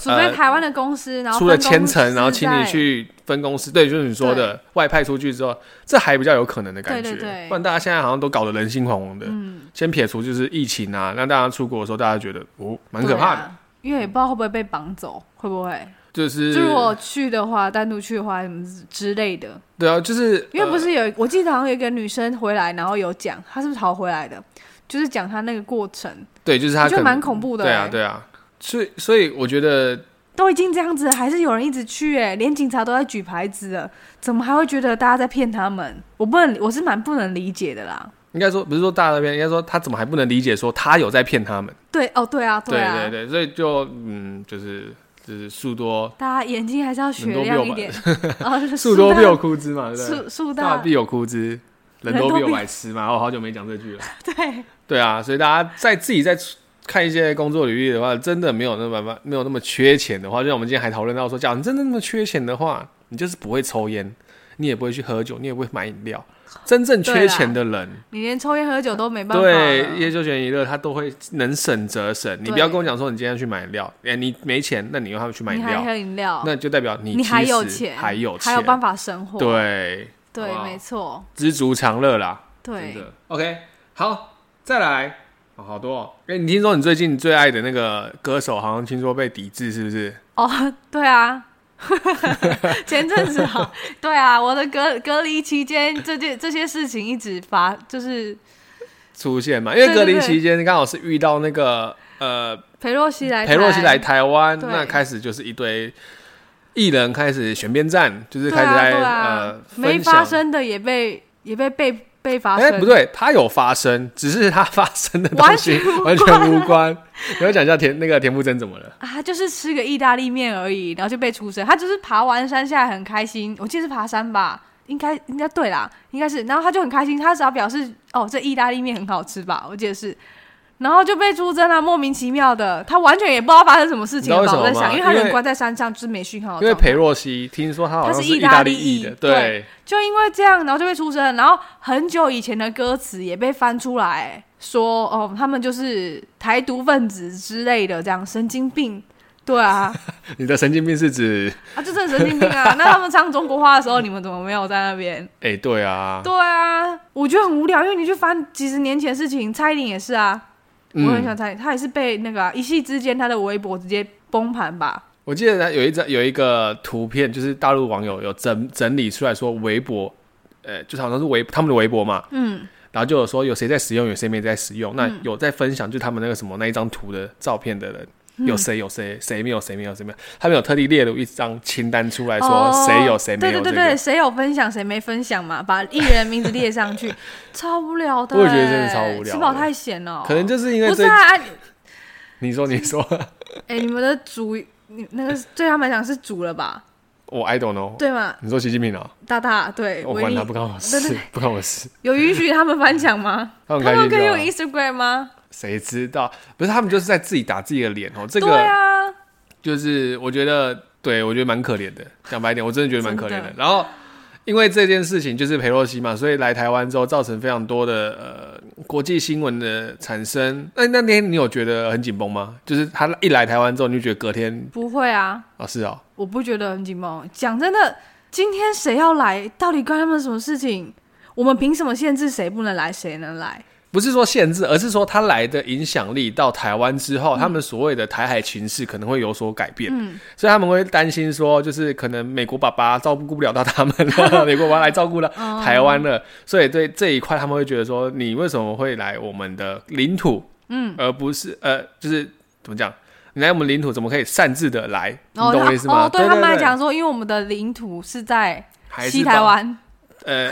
[SPEAKER 1] 除非台湾的公司，然后
[SPEAKER 2] 出了
[SPEAKER 1] 分公
[SPEAKER 2] 千层，
[SPEAKER 1] 司
[SPEAKER 2] 然后请
[SPEAKER 1] 在，
[SPEAKER 2] 你去分公司，对，就是你说的外派出去之后，这还比较有可能的感觉。
[SPEAKER 1] 对对对嗯
[SPEAKER 2] 不然大家现在好像都搞得人心惶惶的。先撇除就是疫情啊，让大家出国的时候，大家觉得哦，蛮可怕
[SPEAKER 1] 对
[SPEAKER 2] 的。
[SPEAKER 1] 啊因为也不知道会不会被绑走，会不会？
[SPEAKER 2] 就是
[SPEAKER 1] 啊就如果去的话，单独去的话，什么之类的。
[SPEAKER 2] 对啊，就是
[SPEAKER 1] 因为不
[SPEAKER 2] 呃
[SPEAKER 1] 是有一，我记得好像有一个女生回来，然后有讲她是不是逃回来的，就是讲她那个过程，
[SPEAKER 2] 对，就是他
[SPEAKER 1] 我
[SPEAKER 2] 可
[SPEAKER 1] 觉
[SPEAKER 2] 能
[SPEAKER 1] 得蛮恐怖的、
[SPEAKER 2] 对啊，
[SPEAKER 1] 欸
[SPEAKER 2] 对啊，所以所以我觉得
[SPEAKER 1] 都已经这样子了，还是有人一直去、欸，哎，连警察都在举牌子了，怎么还会觉得大家在骗他们？我不能，我是蛮不能理解的啦。
[SPEAKER 2] 应该说不是说大那边，应该说他怎么还不能理解说他有在骗他们？
[SPEAKER 1] 对，哦，对啊，
[SPEAKER 2] 对
[SPEAKER 1] 啊，
[SPEAKER 2] 对对，所以就嗯，就是就是树多
[SPEAKER 1] 大家眼睛还是要
[SPEAKER 2] 人
[SPEAKER 1] 雪
[SPEAKER 2] 多
[SPEAKER 1] 亮
[SPEAKER 2] 必有
[SPEAKER 1] 一点，啊，
[SPEAKER 2] 树
[SPEAKER 1] 树
[SPEAKER 2] 多
[SPEAKER 1] 大
[SPEAKER 2] 必有枯枝嘛，对不对？
[SPEAKER 1] 树树大
[SPEAKER 2] 大必，有枯枝，人
[SPEAKER 1] 人
[SPEAKER 2] 多
[SPEAKER 1] 多
[SPEAKER 2] 必有
[SPEAKER 1] 必
[SPEAKER 2] 白痴嘛。我好久没讲这句了。
[SPEAKER 1] 对，
[SPEAKER 2] 对啊，所以大家在自己在看一些工作履历的话，真的没有那么办法，没有那么缺钱的话，就像我们今天还讨论到说，假如你真的那么缺钱的话，你就是不会抽烟，你也不会去喝酒，你也不会买饮料。真正缺
[SPEAKER 1] 啊
[SPEAKER 2] 钱的人，
[SPEAKER 1] 你连抽烟喝酒都没办法了，
[SPEAKER 2] 对夜酒钱娱乐，他都会能省则省。你不要跟我讲说你今天去买饮料，哎、你没钱，那你让他们去买
[SPEAKER 1] 你
[SPEAKER 2] 饮
[SPEAKER 1] 还
[SPEAKER 2] 料，
[SPEAKER 1] 喝饮料，
[SPEAKER 2] 那就代表你
[SPEAKER 1] 你还有
[SPEAKER 2] 其实
[SPEAKER 1] 钱，
[SPEAKER 2] 还有
[SPEAKER 1] 还
[SPEAKER 2] 钱，
[SPEAKER 1] 有办法生活，
[SPEAKER 2] 对，
[SPEAKER 1] 对
[SPEAKER 2] 好不，好
[SPEAKER 1] 没错，
[SPEAKER 2] 知足常乐啦。真
[SPEAKER 1] 对。
[SPEAKER 2] 的。OK，好，再来，哦、好多、哦。哎、你听说你最近最爱的那个歌手，好像听说被抵制，是不是？
[SPEAKER 1] 哦，对啊， 前阵子啊，对啊，我的隔隔离期间，这件这些事情一直发，就是
[SPEAKER 2] 出现嘛？因为
[SPEAKER 1] 对
[SPEAKER 2] 隔
[SPEAKER 1] 对
[SPEAKER 2] 离
[SPEAKER 1] 对
[SPEAKER 2] 期间刚好是遇到那个呃
[SPEAKER 1] 裴洛西来台，
[SPEAKER 2] 裴洛西来台湾，
[SPEAKER 1] 对
[SPEAKER 2] 那开始就是一堆艺人开始选边站，就是
[SPEAKER 1] 对
[SPEAKER 2] 开始
[SPEAKER 1] 啊
[SPEAKER 2] 在、
[SPEAKER 1] 对啊
[SPEAKER 2] 呃，
[SPEAKER 1] 没
[SPEAKER 2] 分
[SPEAKER 1] 发
[SPEAKER 2] 享。
[SPEAKER 1] 生的也被也被被被发
[SPEAKER 2] 哎、
[SPEAKER 1] 生，
[SPEAKER 2] 不，对，它有发生，只是它发生的东西
[SPEAKER 1] 完
[SPEAKER 2] 完
[SPEAKER 1] 全无
[SPEAKER 2] 全
[SPEAKER 1] 关
[SPEAKER 2] 无关。你要讲一下田那个田馥甄怎么了？
[SPEAKER 1] 啊，他就是吃个意大利面而已，然后就被出声。他就是爬完山下来很开心，我记得是爬山吧，应该应该对啦，应该是。然后他就很开心，他只要表示哦，这意大利面很好吃吧，我记得是。然后就被出征了，莫名其妙的，他完全也不知道发生什么事情了吧。
[SPEAKER 2] 你知道
[SPEAKER 1] 我
[SPEAKER 2] 为什
[SPEAKER 1] 在
[SPEAKER 2] 么
[SPEAKER 1] 想，因
[SPEAKER 2] 吗
[SPEAKER 1] 为他
[SPEAKER 2] 因
[SPEAKER 1] 人
[SPEAKER 2] 为
[SPEAKER 1] 关在山上，就是没讯号的
[SPEAKER 2] 因为
[SPEAKER 1] 状态。
[SPEAKER 2] 裴洛西听说他好像
[SPEAKER 1] 他是意
[SPEAKER 2] 意
[SPEAKER 1] 大
[SPEAKER 2] 大利
[SPEAKER 1] 利裔
[SPEAKER 2] 裔的，
[SPEAKER 1] 对
[SPEAKER 2] 对，
[SPEAKER 1] 就因为这样，然后就被出声，然后很久以前的歌词也被翻出来说，哦，他们就是台独分子之类的，这样神经病。对啊，
[SPEAKER 2] 你的神经病是指，
[SPEAKER 1] 啊，就真的神经病啊！那他们唱中国话的时候，你们怎么没有在那边？
[SPEAKER 2] 哎、对啊，
[SPEAKER 1] 对啊，我觉得很无聊，因为你去翻几十年前的事情，蔡依林也是啊，我很喜
[SPEAKER 2] 嗯，
[SPEAKER 1] 欢蔡依林，她也是被那个啊、一夕之间她的微博直接崩盘吧？
[SPEAKER 2] 我记得他有一张有一个图片，就是大陆网友有整整理出来说微博，呃，就是好像是微他们的微博嘛，
[SPEAKER 1] 嗯，
[SPEAKER 2] 然后就有说有谁在使用，有谁没在使用，那有在分享就他们那个什么那一张图的照片的人。
[SPEAKER 1] 嗯
[SPEAKER 2] 有谁有谁谁没有谁没有谁没有，他们有特地列入一张清单出来说
[SPEAKER 1] 哦
[SPEAKER 2] 谁有谁没有、这
[SPEAKER 1] 对对
[SPEAKER 2] 个
[SPEAKER 1] 对对，谁有分享谁没分享嘛，把艺人名字列上 去，超无聊的欸、
[SPEAKER 2] 我也觉得真的超无聊
[SPEAKER 1] 吃饱
[SPEAKER 2] 的
[SPEAKER 1] 太闲了、
[SPEAKER 2] 可能就是因为
[SPEAKER 1] 不是
[SPEAKER 2] 这，
[SPEAKER 1] 啊，啊
[SPEAKER 2] 你说你说，
[SPEAKER 1] 哎、你们的主，你那个对他们来讲是主了吧？
[SPEAKER 2] 我 I don't know，
[SPEAKER 1] 对吗？
[SPEAKER 2] 你说习近平啊，
[SPEAKER 1] 大大对，
[SPEAKER 2] 我
[SPEAKER 1] 维
[SPEAKER 2] 管
[SPEAKER 1] 尼
[SPEAKER 2] 他不关我
[SPEAKER 1] 对对
[SPEAKER 2] 事，不关我事，
[SPEAKER 1] 有允许他们分享吗？
[SPEAKER 2] 他们
[SPEAKER 1] 他
[SPEAKER 2] 开
[SPEAKER 1] 们
[SPEAKER 2] 心
[SPEAKER 1] 可
[SPEAKER 2] 就
[SPEAKER 1] 以用
[SPEAKER 2] 好。
[SPEAKER 1] Instagram 吗？
[SPEAKER 2] 谁知道？不是他们就是在自己打自己的脸哦，这
[SPEAKER 1] 对
[SPEAKER 2] 个
[SPEAKER 1] 啊，
[SPEAKER 2] 就是我觉得，对我觉得蛮可怜的。讲白一点，我真的觉得蛮可怜
[SPEAKER 1] 真
[SPEAKER 2] 的。然后因为这件事情就是裴洛西嘛，所以来台湾之后造成非常多的呃国际新闻的产生。那那天你有觉得很紧绷吗？就是他一来台湾之后，你就觉得隔天
[SPEAKER 1] 不会啊，
[SPEAKER 2] 啊、是哦，
[SPEAKER 1] 我不觉得很紧绷。讲真的，今天谁要来，到底关他们什么事情？我们凭什么限制谁不能来，谁能来？
[SPEAKER 2] 不是说限制，而是说他来的影响力到台湾之后，
[SPEAKER 1] 嗯
[SPEAKER 2] 他们所谓的台海情势可能会有所改变，所以他们会担心说，就是可能美国爸爸照顾不了到他们 了，美国爸爸来照顾了
[SPEAKER 1] 哦
[SPEAKER 2] 台湾了，所以对这一块他们会觉得说，你为什么会来我们的领土，嗯，而不是呃，就是怎么讲，你来我们领土怎么可以擅自的来？你懂我意思
[SPEAKER 1] 他
[SPEAKER 2] 吗？
[SPEAKER 1] 哦，对他们来讲说，因为我们的领土是在
[SPEAKER 2] 还是
[SPEAKER 1] 西台
[SPEAKER 2] 把
[SPEAKER 1] 湾，
[SPEAKER 2] 呃，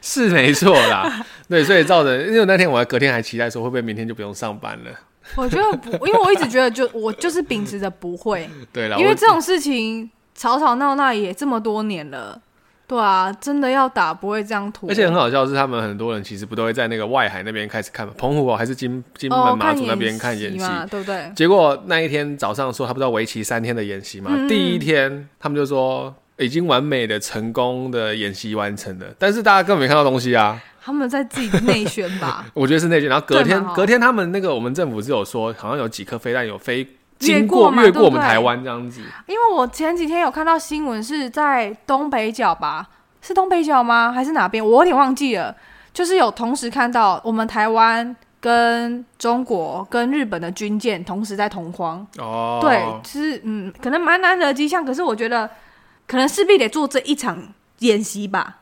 [SPEAKER 2] 是没错啦，对，所以造成，因为那天我还隔天还期待说会不会明天就不用上班了，
[SPEAKER 1] 我觉得不，因为我一直觉得就我就是秉持着不 会，
[SPEAKER 2] 对啦，
[SPEAKER 1] 因为
[SPEAKER 2] 我
[SPEAKER 1] 这种事情吵吵闹闹也这么多年了，对啊，真的要打不会这样拖，
[SPEAKER 2] 而且很好笑的是，他们很多人其实不都会在那个外海那边开始看嘛，澎湖、哦、还是金金
[SPEAKER 1] 哦
[SPEAKER 2] 门、马祖那边
[SPEAKER 1] 看
[SPEAKER 2] 看演戏。
[SPEAKER 1] 嘛，对不对？
[SPEAKER 2] 结果那一天早上说，他不知道为期三天的演习嘛，
[SPEAKER 1] 嗯嗯
[SPEAKER 2] 第一天他们就说已经完美的成功的演习完成了，但是大家根本没看到东西啊。，
[SPEAKER 1] 他们在自己内宣吧
[SPEAKER 2] 我觉得是那件，然后隔
[SPEAKER 1] 对嘛
[SPEAKER 2] 天
[SPEAKER 1] 哦
[SPEAKER 2] 隔天他们那个我们政府是有说，好像有几颗飞弹有飞
[SPEAKER 1] 越
[SPEAKER 2] 经
[SPEAKER 1] 过
[SPEAKER 2] 过
[SPEAKER 1] 嘛
[SPEAKER 2] 越过我
[SPEAKER 1] 对
[SPEAKER 2] 们
[SPEAKER 1] 不对
[SPEAKER 2] 台湾这样子。
[SPEAKER 1] 因为我前几天有看到新闻是在东北角吧，是东北角吗？还是哪边？我有点忘记了。就是有同时看到我们台湾跟中国跟日本的军舰同时在同框，
[SPEAKER 2] 哦，
[SPEAKER 1] 对，就是嗯，可能蛮难得的迹象。可是我觉得可能势必得做这一场演习吧，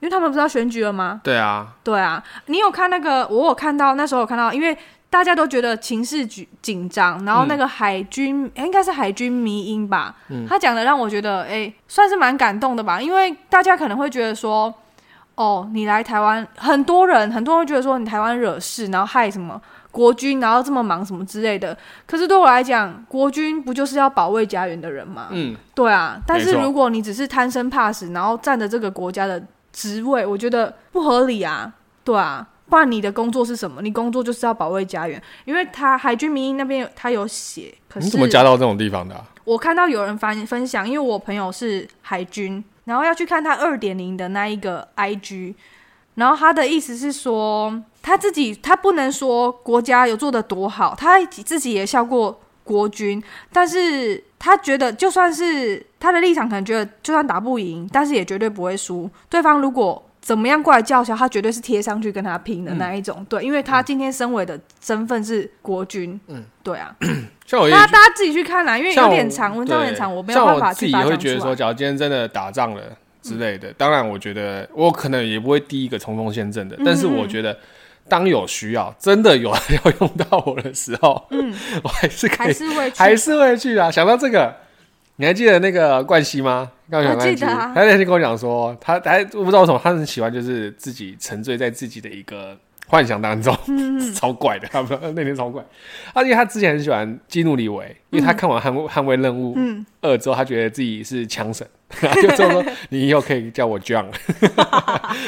[SPEAKER 1] 因为他们不是要选举了吗？
[SPEAKER 2] 对啊，
[SPEAKER 1] 对啊，你有看那个？我有看到，那时候有看到，因为大家都觉得情势紧紧张，然后那个海军、诶应该是海军迷音吧，
[SPEAKER 2] 嗯
[SPEAKER 1] 他讲的让我觉得，哎、算是蛮感动的吧，因为大家可能会觉得说，哦，你来台湾，很多人很多人会觉得说你台湾惹事，然后害什么国军，然后这么忙什么之类的。可是对我来讲，国军不就是要保卫家园的人吗？
[SPEAKER 2] 嗯，
[SPEAKER 1] 对啊，但是
[SPEAKER 2] 没错
[SPEAKER 1] 如果你只是贪生怕死，然后占着这个国家的职位，我觉得不合理啊。对啊，不然你的工作是什么？你工作就是要保卫家园，因为他海军民营那边有他有写，可
[SPEAKER 2] 你
[SPEAKER 1] 是
[SPEAKER 2] 怎么加到这种地方的啊、
[SPEAKER 1] 我看到有人分分享，因为我朋友是海军，然后要去看他二点零的那一个 IG，然后他的意思是说他自己他不能说国家有做的多好，他自己也笑过国军，但是他觉得就算是他的立场，可能觉得就算打不赢，但是也绝对不会输。对方如果怎么样过来叫嚣，他绝对是贴上去跟他拼的那一种。对，因为他今天身为的身份是国军，嗯，对啊。
[SPEAKER 2] 像我也
[SPEAKER 1] 大家大家自己去看啦，因为
[SPEAKER 2] 像
[SPEAKER 1] 有
[SPEAKER 2] 我
[SPEAKER 1] 点长，文章有点
[SPEAKER 2] 对
[SPEAKER 1] 长，我没有办
[SPEAKER 2] 像
[SPEAKER 1] 法
[SPEAKER 2] 我自
[SPEAKER 1] 去
[SPEAKER 2] 己
[SPEAKER 1] 把它
[SPEAKER 2] 会
[SPEAKER 1] 讲
[SPEAKER 2] 觉得
[SPEAKER 1] 出
[SPEAKER 2] 说，
[SPEAKER 1] 来。嗯
[SPEAKER 2] 假如今天真的打仗
[SPEAKER 1] 嗯
[SPEAKER 2] 了之类的，当然我觉得我可能也不会第一个冲锋陷阵的，但是我觉得当有需要，真的有 要用到我的时候，
[SPEAKER 1] 嗯，
[SPEAKER 2] 我还是可
[SPEAKER 1] 还
[SPEAKER 2] 以，
[SPEAKER 1] 是 会去，
[SPEAKER 2] 还是会去啊。想到这个，你还记得那个冠希吗？刚讲
[SPEAKER 1] 我
[SPEAKER 2] 冠
[SPEAKER 1] 记
[SPEAKER 2] 希，
[SPEAKER 1] 得啊
[SPEAKER 2] 他那天跟我讲说，他他我不知道为什么，他很喜欢就是自己沉醉在自己的一个幻想 当中，
[SPEAKER 1] 嗯
[SPEAKER 2] 超怪的。他们那天超怪，而且他之前很喜欢基努里维，因为他看完捍卫捍卫任务
[SPEAKER 1] 嗯，
[SPEAKER 2] 二之后，他觉得自己是枪神， 就之后说你以后可以叫我 John，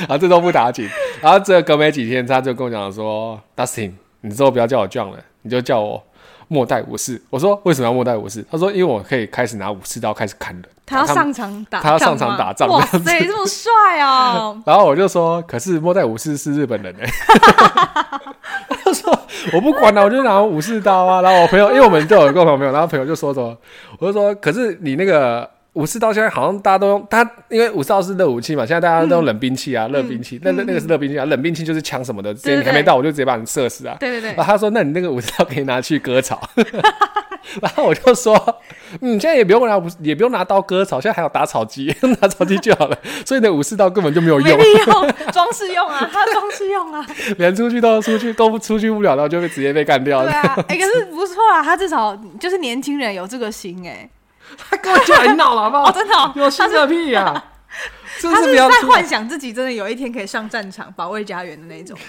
[SPEAKER 2] 然后这都不打紧。然后这隔没几天，他就跟我讲说，Dustin，你之后不要叫我 John 了，你就叫我末代武士。我说为什么要末代武士？他说因为我可以开始拿武士刀开始砍人。
[SPEAKER 1] 他要
[SPEAKER 2] 然后们
[SPEAKER 1] 上场打，
[SPEAKER 2] 他要上场打仗
[SPEAKER 1] 哇
[SPEAKER 2] 这样
[SPEAKER 1] 塞，这么帅 哦！
[SPEAKER 2] 然后我就说，可是末代武士是日本人呢、欸他说我不管了、我就拿武士刀啊。然后我朋友，因为我们都有共同朋友，然后朋友就说什么，我就说，可是你那个武士刀现在好像大家都用，他因为武士刀是热武器嘛，现在大家都用
[SPEAKER 1] 嗯
[SPEAKER 2] 冷兵器啊，热兵器，那那那个是热兵器啊，冷兵器就是枪什么的，直接
[SPEAKER 1] 对
[SPEAKER 2] 你还没到，我就直接把你射死啊。
[SPEAKER 1] 对对
[SPEAKER 2] 然后
[SPEAKER 1] 对，
[SPEAKER 2] 他说：“那你那个武士刀可以拿去割草。” 然后我就说：“嗯，现在也不用拿武，也不用拿刀割草，现在还有打草机， 拿草机就好了。所以你的武士刀根本就没有
[SPEAKER 1] 没
[SPEAKER 2] 用，
[SPEAKER 1] 必要装饰用啊，他装饰用啊，
[SPEAKER 2] 连出去都出去都不出去不了，然后就被直接被干掉
[SPEAKER 1] 对
[SPEAKER 2] 了。
[SPEAKER 1] 啊，哎，可是不错啊，他至少就是年轻人有这个心哎，
[SPEAKER 2] 他根本就很闹了，好不
[SPEAKER 1] 哦，
[SPEAKER 2] 好？
[SPEAKER 1] 真的哦，
[SPEAKER 2] 有心个屁呀、真
[SPEAKER 1] 他
[SPEAKER 2] 是
[SPEAKER 1] 是
[SPEAKER 2] 不要
[SPEAKER 1] 在
[SPEAKER 2] 出
[SPEAKER 1] 幻想自己真的有一天可以上战场保卫家园的那种吗。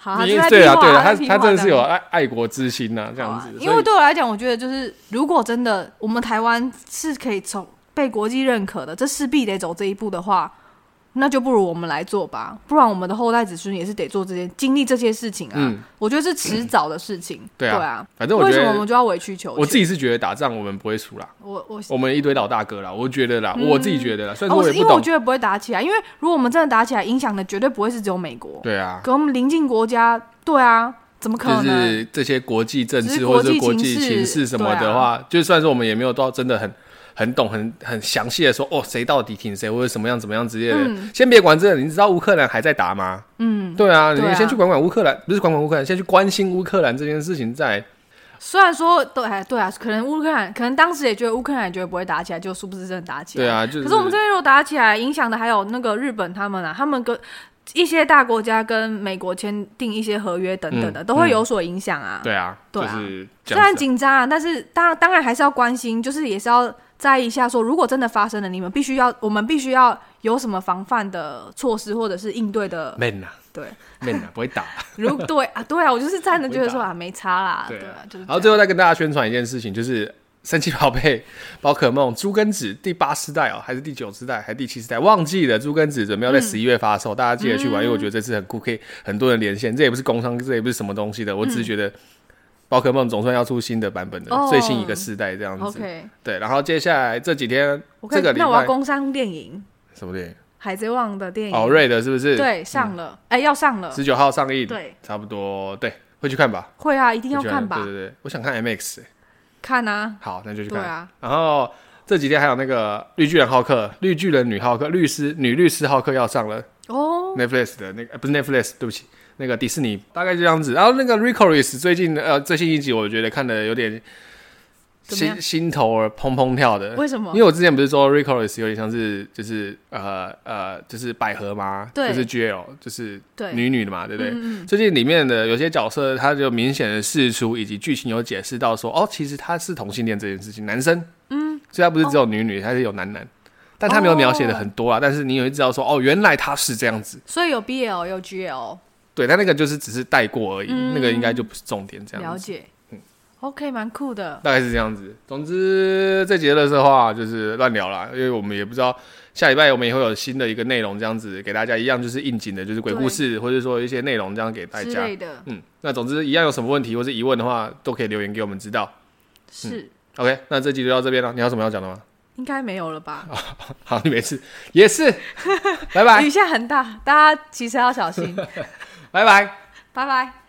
[SPEAKER 1] 好，他
[SPEAKER 2] 你
[SPEAKER 1] 就在
[SPEAKER 2] 对啊，
[SPEAKER 1] 屁话
[SPEAKER 2] 对啊，
[SPEAKER 1] 在
[SPEAKER 2] 他
[SPEAKER 1] 屁
[SPEAKER 2] 他
[SPEAKER 1] 话
[SPEAKER 2] 真的是
[SPEAKER 1] 当
[SPEAKER 2] 有
[SPEAKER 1] 中
[SPEAKER 2] 爱爱国之心呐、这
[SPEAKER 1] 好
[SPEAKER 2] 样
[SPEAKER 1] 啊
[SPEAKER 2] 子。
[SPEAKER 1] 因为对我来讲，我觉得就是如果真的我们台湾是可以从被国际认可的，这势必得走这一步的话，那就不如我们来做吧，不然我们的后代子孙也是得做这些经历这些事情啊。
[SPEAKER 2] 嗯
[SPEAKER 1] 我觉得是迟早的事情。
[SPEAKER 2] 对啊反正我
[SPEAKER 1] 为
[SPEAKER 2] 觉
[SPEAKER 1] 什么我
[SPEAKER 2] 得
[SPEAKER 1] 们就要委曲求全？
[SPEAKER 2] 我自己是觉得打仗我们不会输啦，
[SPEAKER 1] 我我
[SPEAKER 2] 我们一堆老大哥啦，我觉得啦，我自己觉得啦，虽然
[SPEAKER 1] 哦
[SPEAKER 2] 说
[SPEAKER 1] 我
[SPEAKER 2] 我
[SPEAKER 1] 是
[SPEAKER 2] 也
[SPEAKER 1] 因
[SPEAKER 2] 不
[SPEAKER 1] 为我
[SPEAKER 2] 懂，
[SPEAKER 1] 觉得不会打起来，因为如果我们真的打起来，影响的绝对不会是只有美国，
[SPEAKER 2] 对啊，
[SPEAKER 1] 给我们邻近国家，对啊，怎么可
[SPEAKER 2] 就
[SPEAKER 1] 能？
[SPEAKER 2] 是这些国际政
[SPEAKER 1] 只
[SPEAKER 2] 治
[SPEAKER 1] 是
[SPEAKER 2] 或者是国
[SPEAKER 1] 国际情
[SPEAKER 2] 际
[SPEAKER 1] 势啊
[SPEAKER 2] 形势什么的话，就算是我们也没有到真的很很懂、很很详细的说哦，谁到底挺谁或者什么样怎么样之类的。
[SPEAKER 1] 嗯
[SPEAKER 2] 先别管这个，你知道乌克兰还在打吗？
[SPEAKER 1] 嗯，
[SPEAKER 2] 对啊，
[SPEAKER 1] 对啊
[SPEAKER 2] 你先去管管乌克兰，不是管管乌克兰，先去关心乌克兰这件事情再。
[SPEAKER 1] 虽然说对，哎对啊，可能乌克兰，可能当时也觉得乌克兰也觉得不会打起来，就殊不知真的打起来。
[SPEAKER 2] 对啊，就是。
[SPEAKER 1] 可是我们这边如果打起来，影响的还有那个日本他们啊，他们跟一些大国家跟美国签订一些合约等等的，
[SPEAKER 2] 嗯
[SPEAKER 1] 都会有所影响啊。
[SPEAKER 2] 对啊，
[SPEAKER 1] 对啊
[SPEAKER 2] 就是这
[SPEAKER 1] 虽
[SPEAKER 2] 样
[SPEAKER 1] 然
[SPEAKER 2] 子啊。
[SPEAKER 1] 紧张啊，但是当当然还是要关心，就是也是要在意一下说如果真的发生了，你们必须要，我们必须要有什么防范的措施或者是应对的。
[SPEAKER 2] man 啊
[SPEAKER 1] 对，
[SPEAKER 2] ，man 啊，不会打。
[SPEAKER 1] 如对啊，对啊，我就是站着觉得说
[SPEAKER 2] 回答
[SPEAKER 1] 啊，没差啦，
[SPEAKER 2] 对
[SPEAKER 1] 对
[SPEAKER 2] 啊
[SPEAKER 1] 啊，就是这样。
[SPEAKER 2] 然后最后再跟大家宣传一件事情，就是神奇宝贝、宝可梦、猪根子第八世代哦，还是第九世代，还是第七世代，忘记了。猪根子准备要
[SPEAKER 1] 嗯
[SPEAKER 2] 在十一月发售，大家记得去玩，因为我觉得这次很酷，可以很多人连线。这也不是工商，这也不是什么东西的，我
[SPEAKER 1] 嗯
[SPEAKER 2] 只是觉得宝可梦总算要出新的版本的，
[SPEAKER 1] 哦
[SPEAKER 2] 最新一个世代这样子。
[SPEAKER 1] OK，
[SPEAKER 2] 对，然后接下来这几天，
[SPEAKER 1] 我可
[SPEAKER 2] 这
[SPEAKER 1] 以
[SPEAKER 2] 个，礼
[SPEAKER 1] 那我要
[SPEAKER 2] 拜
[SPEAKER 1] 工商电影。
[SPEAKER 2] 什么电影？
[SPEAKER 1] 《海贼王》的电影，
[SPEAKER 2] 哦，瑞的是不是？，
[SPEAKER 1] 对，上了，哎、要上了，
[SPEAKER 2] 十九号上映，
[SPEAKER 1] 对，
[SPEAKER 2] 差不多，对，会去看吧，
[SPEAKER 1] 会啊，一定
[SPEAKER 2] 一
[SPEAKER 1] 要看吧
[SPEAKER 2] 对，对对，我想看 MX，欸
[SPEAKER 1] 看啊，
[SPEAKER 2] 好，那就去
[SPEAKER 1] 对
[SPEAKER 2] 看。
[SPEAKER 1] 啊，
[SPEAKER 2] 然后这几天还有那个绿巨人浩克、绿巨人女浩克、律师女律师浩克要上了
[SPEAKER 1] 哦，
[SPEAKER 2] Netflix 的那个，呃不是 Netflix，对不起，那个迪士尼大概就这样子。然后那个 Ricoris 最近呃最新一集我觉得看的有点
[SPEAKER 1] 怎么样
[SPEAKER 2] 心心头儿砰砰跳的，
[SPEAKER 1] 为什么
[SPEAKER 2] 呃因为我之前不是说 Ricoris 有点像是就是呃呃就是百合嘛，
[SPEAKER 1] 对
[SPEAKER 2] 就是 GL，就是
[SPEAKER 1] 对
[SPEAKER 2] 女女的嘛，对不对？
[SPEAKER 1] 嗯嗯
[SPEAKER 2] 最近里面的有些角色，他就明显的示出以及剧情有解释到说，哦，其实他是同性恋这件事情，男生，嗯，所以他不是只有女女，他是有男男，但他没有描写的很多啊，但是你也会知道说，哦，原来他是这样子，
[SPEAKER 1] 所以有 BL 有 GL，
[SPEAKER 2] 对，但那个就是只是带过而已，
[SPEAKER 1] 嗯
[SPEAKER 2] 那个应该就不是重点，这样
[SPEAKER 1] 了
[SPEAKER 2] 子，嗯
[SPEAKER 1] 解、o k 蛮酷的，
[SPEAKER 2] 大概是这样子。总之，这节的话就是乱聊啦，因为我们也不知道下礼拜我们也会有新的一个内容，这样子给大家一样就是应景的，就是鬼故事或者说一些内容这样给大
[SPEAKER 1] 之
[SPEAKER 2] 家。
[SPEAKER 1] 类的，
[SPEAKER 2] 嗯，那总之一样有什么问题或是疑问的话，都可以留言给我们知道。
[SPEAKER 1] 是、
[SPEAKER 2] OK，那这集就到这边了。你还有什么要讲的吗？
[SPEAKER 1] 应该没有了吧？
[SPEAKER 2] 好，你没事，也是，拜拜，
[SPEAKER 1] 雨下很大，大家骑车要小心，
[SPEAKER 2] 拜拜。
[SPEAKER 1] 拜拜。